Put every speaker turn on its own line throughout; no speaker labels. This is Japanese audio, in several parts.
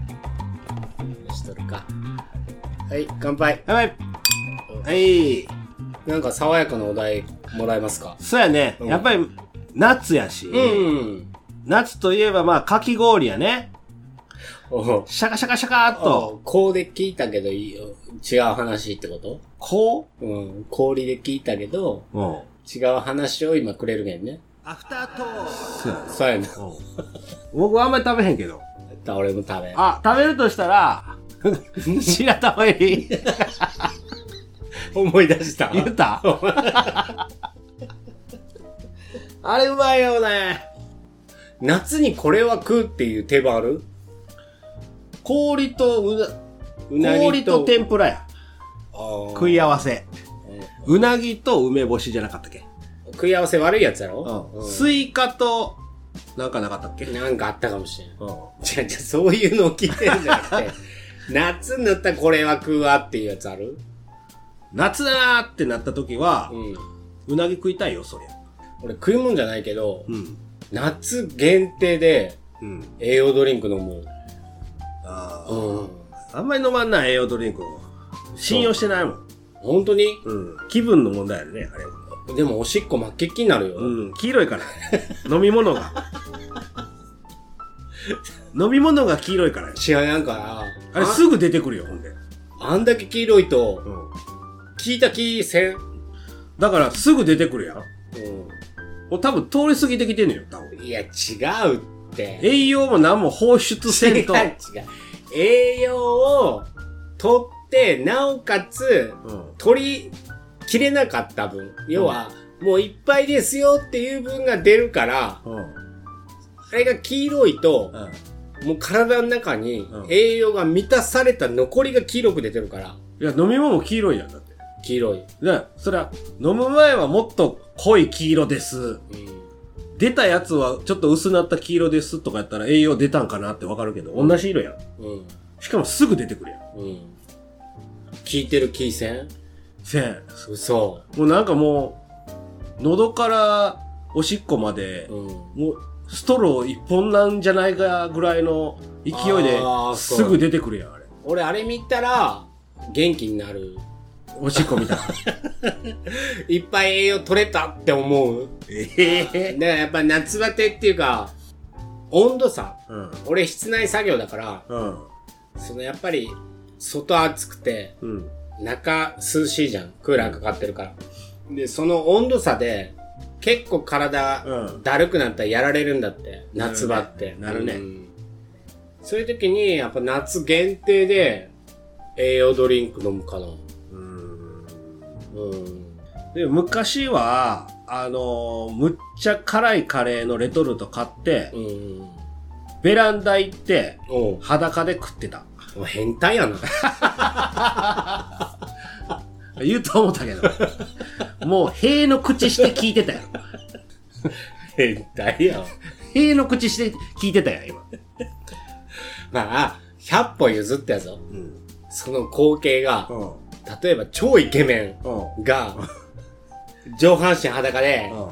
よしとるかはい乾杯
はい。はい。
なんか爽やかなお題もらえますか
そうやね。
うん
やっぱり、夏やし、
うん
夏といえばまあ、かき氷やね。
お
シャカシャカシャカーっと、
とこうで聞いたけどいいよ違う話ってこと
こ
うん氷で聞いたけど
ううん。
違う話を今くれるけんね
アフタートーそうやね
そうやな
うん僕はあんまり食べへんけど。
俺も食べ
あ、食べるとしたら、 白玉入 り。
思い出した
言った あれうまいよね。
夏にこれは食うっていう手羽ある
氷とうな、氷と天ぷらや。
食
食い合わせ。うなぎと梅干しじゃなかったっけ
食い合わせ悪いやつやろ、
うん。
う
スイカと、なんかなかったっけ
ん、なんかあったかもしれん
う
じゃあじゃあそういうのを聞いてるんじゃなくて 夏になったらこれは食うわっていうやつある
ん。夏だーってなった時は
う、ん
うなぎ食いたいよ、そりゃ。
俺食い物じゃないけど、
うん。
夏限定で
うん。
栄養ドリンク飲む
あー
うん
あんまり飲まんない栄養ドリンクを。信用してないもん。
本当に
うん。気分の問題やね、あれは。
でもおしっこ負けっきになるよ、
うん、黄色い から。飲み物が。飲み物が黄色いからよ。
知らんから
あれすぐ出てくるよ、ほんで。
あんだけ黄色いと
うん。
聞いた気せん、う
だからすぐ出てくるやん。
ん
もう多分通り過ぎてきてんのよ、多分。
いや、違うって。
栄養も何も放出せ
違
ん
う
と。
違う。栄養を取って、なおかつ、
うん。
取りきれなかった分。要は、もういっぱいですよっていう分が出るから、
うん。
あれが黄色いと、
うん。
もう体の中に
うん
栄養が満たされた残りが黄色く出てるから、
いや、飲み物も黄色いやん、だって。
黄色い。
だから、そりゃ、飲む前はもっと濃い黄色です。
うん
出たやつはちょっと薄なった黄色ですとかやったら栄養出たんかなってわかるけど、同じ色やん。
うん。
しかもすぐ出てくるやん。
うん。聞いてる気せん
せん。
嘘。
もうなんかもう、喉からおしっこまで、
うん。
もうストロー一本なんじゃないかぐらいの勢いで
あーそう
すぐ出てくるやん、あれ。
俺あれ見たら、元気になる。
おしっこ みたいな。
いっぱい栄養取れたって思う。
え
だからやっぱ夏バテっていうか、温度差。
うん。
俺室内作業だから、
うん。
そのやっぱり、外暑くて、
うん。
中涼しいじゃん。クーラーかかってるから。で、その温度差で、結構体
うん、
だるくなったらやられるんだって。夏場って。
なるねなるね
うんそういう時に、やっぱ夏限定で、栄養ドリンク飲むかな。
うん。
うん。
で、昔は、あのーむっちゃ辛いカレーのレトルト買って
う、ん。
ベランダ行って、
おう
裸で食ってた。
お変態やな。
言うと思った けど。もう、塀の口して聞いてたよ。
変態やん。
塀の口して聞いてたよ、今。
まあ、100歩譲ってやぞ。
うん。
その光景が
う、ん。
例えば超イケメ
うん。
ンが、上半身裸で、
うん。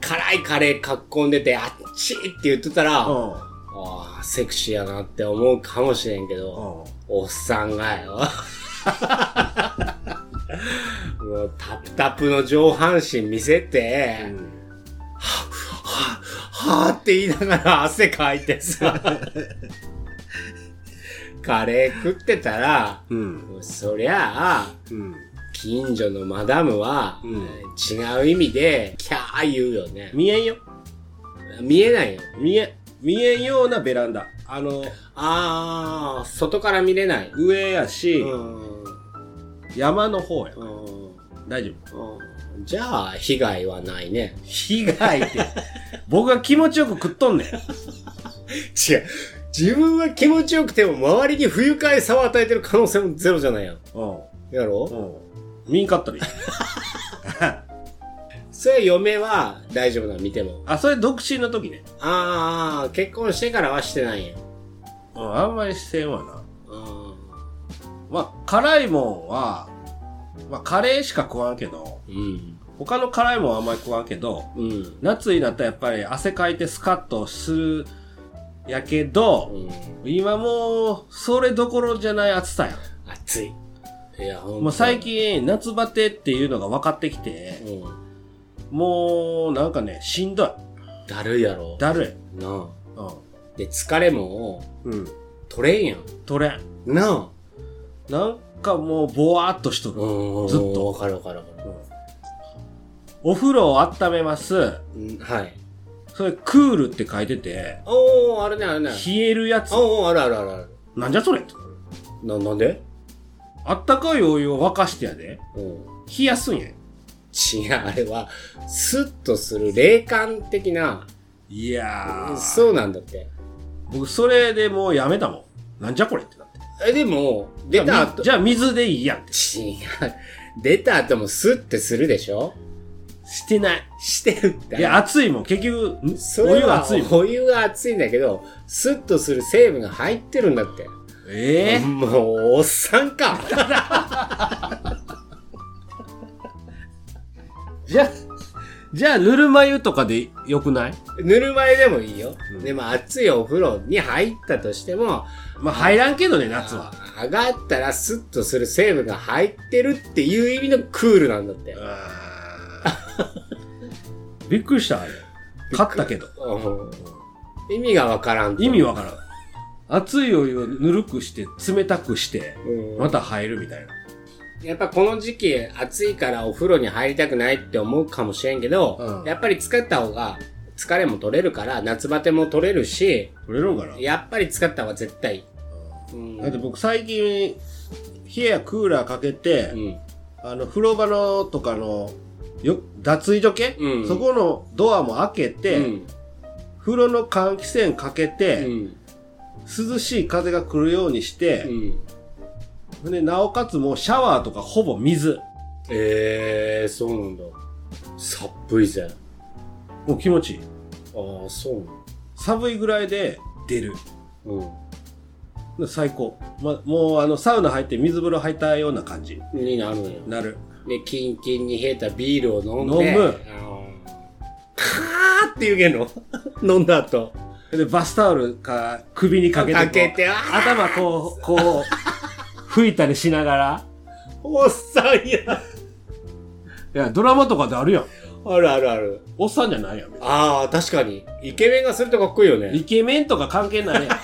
辛いカレーかっこんでて、あっちいって言ってたら、あ
うん。
あ、セクシーやなって思うかもしれんけど、おっさんがよ。 もうタプタプの上半身見せて、はぁ、はぁって言いながら汗かいて さ、カレー食ってたら、
うん。
そりゃあ、
うん。
近所のマダムは、
うん
違う意味で、キャー言うよね。
見えんよ。
見えないよ。
見え、見えんようなベランダ。あの、
あー、外から見れない。
上やし、
うん。
山の方や。
うん
大丈夫。
うんじゃあ、被害はないね。
被害って。僕が気持ちよく食っとんねん。
違う。自分は気持ちよくても、周りに不愉快さを与えてる可能性もゼロじゃないやん。
うん。
やろ、
うん。見んかったらいい。
それ嫁は大丈夫なの見ても。
あ、それ独身の時ね。
ああ、結婚してからはしてないんや。
うん、あんまりしてんわな。
うん。
まあ、辛いもんは、まあ、カレーしか食わんけど、
うん。
他の辛いもんはあんまり食わんけど、
うん。
夏になったらやっぱり汗かいてスカッとするやけど、今もう、それどころじゃない暑さやん。
暑い。いや、ほんと
もう最。近、夏バテっていうのが分かってきて、
うん。
もう、なんかね、しんどい。
だるいやろ。
だる
な
い。うん。
あ。で、疲れも
うん。
取れんやん。
取れん。
なあ。
なんかもう、ぼわーっとしと
う
る。
んうんうん。
ずっと
わかるわかるわかる。
お風呂を温めます。
うん、はい。
それ、クールって書いてて、
おー、あるね、あるね。
冷えるやつ。
おー、あるあるあるある。
なんじゃそれ
な、なんで
あったかいお湯を沸かしてやで。
うん。
冷やすんや。
違う、あれは、スッとする霊感的な、
いやー。
そうなんだって。
僕、それでもうやめたもん。なんじゃこれってなって。
え、でも、出た後、
じゃあ、水でいいやんって。
違う。出た後もスッてするでしょ
してない。
してるって。
いや、熱いもん。結局、ん
そ
お
れ
湯
は
熱いもん。
お湯が熱いんだけど、スッとする成分が入ってるんだって。
ええ
もう、おっさんか。
じゃあ、じゃあ、ぬるま湯とかでよくない
ぬるま湯でもいいよ。
うん
でも、熱いお風呂に入ったとしても、
まあ、入らんけどね、夏は。
上がったらスッとする成分が入ってるっていう意味のクールなんだって。
びっくりした、あれ。買ったけど。
うん意味がわからんと。
意味わからん。熱いお湯をぬるくして、冷たくして、
うん
また入るみたいな。
やっぱこの時期暑いからお風呂に入りたくないって思うかもしれんけど、
うん
やっぱり使った方が疲れも取れるから夏バテも取れるし、
これるんかな
やっぱり使った方が絶対いい。うん
だって僕最近、冷やクーラーかけて、
うん
あの、風呂場のとかの、よ、脱衣所系、
うん
そこのドアも開けて、
うん
風呂の換気扇かけ
う
て、
ん
涼しい風が来るようにして、
うん
で、なおかつもうシャワーとかほぼ水。
えー、そうなんだ。寒いぜ。
もう気持ちいい。
ああ、そうなん
寒いぐらいで出る。
だ。
で最高。ま、もうあの、サウナ入って水風呂入ったような感じ。
うん。になるのよ。
なる。
で、キンキンに冷えたビールを飲んで。
飲む
あのカーって言うけんの 飲んだ後。
で、バスタオルか、首にかけてこう。
かけて、あー
頭こう、こう、吹いたりしながら。
おっさんや。
いや、ドラマとかであるやん。
あるあるある。
おっさんじゃないやん。
ああ、確かに。イケメンがするとかっこいいよね。
イケメンとか関係ないやん。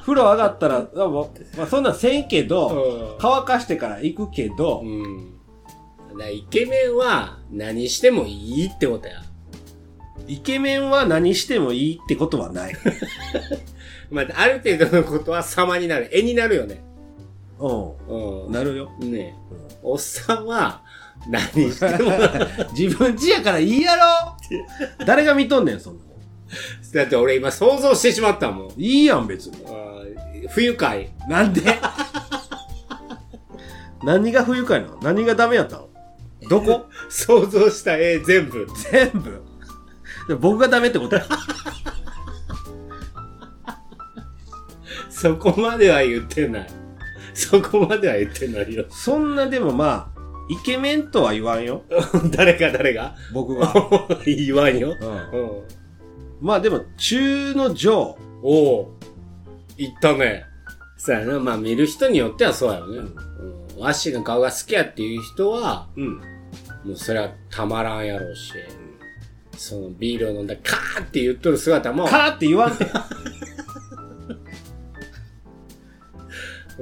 風呂上がったら、あもうまあ、そんなんせんけど、
う
乾かしてから行くけど、
ん。うん。だからイケメンは何してもいいってことや。
イケメンは何してもいいってことはない。
まあ、ある程度のことは様になる。絵になるよね。
う。
うん
なるよ。
ん。ねえ
うん
おっさんは何しても。
自分ちやからいいやろ誰が見とんねん、そんなの。
だって俺今想像してしまったもん。
いいやん、別に。
あー不愉快。
なんで 何が不愉快なの何がダメやったのどこ
想像した絵全部。
全部。で僕がダメってことや。
そこまでは言ってない。そこまでは言ってないよ。
そんなでもまあ、イケメンとは言わんよ。
誰が誰が
僕は。
言わんよ。
うん
うん。
まあでも、中の上。
おお言ったね。そうやな。まあ見る人によってはそうやよね。うん。ワッシーの顔が好きやっていう人は、
うん。
もうそれはたまらんやろうし。そのビールを飲んだらカーって言っとる姿も、
かーって言わんて。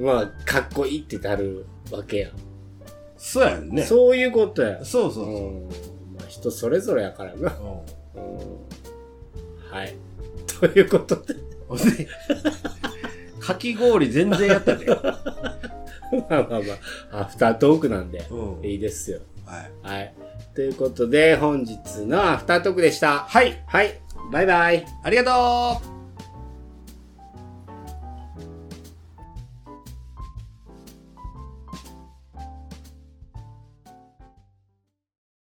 まあ、かっこいいってなるわけやん。
そうやんね。
そういうことや。
そうそうう。
ん。まあ人それぞれやからな。うんはい。 ということで、
うんで かき氷全然やったで。
まあまあまあ、アフタートークなんで、
うん
いいですよ。
はい。
はい。ということで、本日のアフタートークでした。
はい。
はい。バイバイ。
ありがとう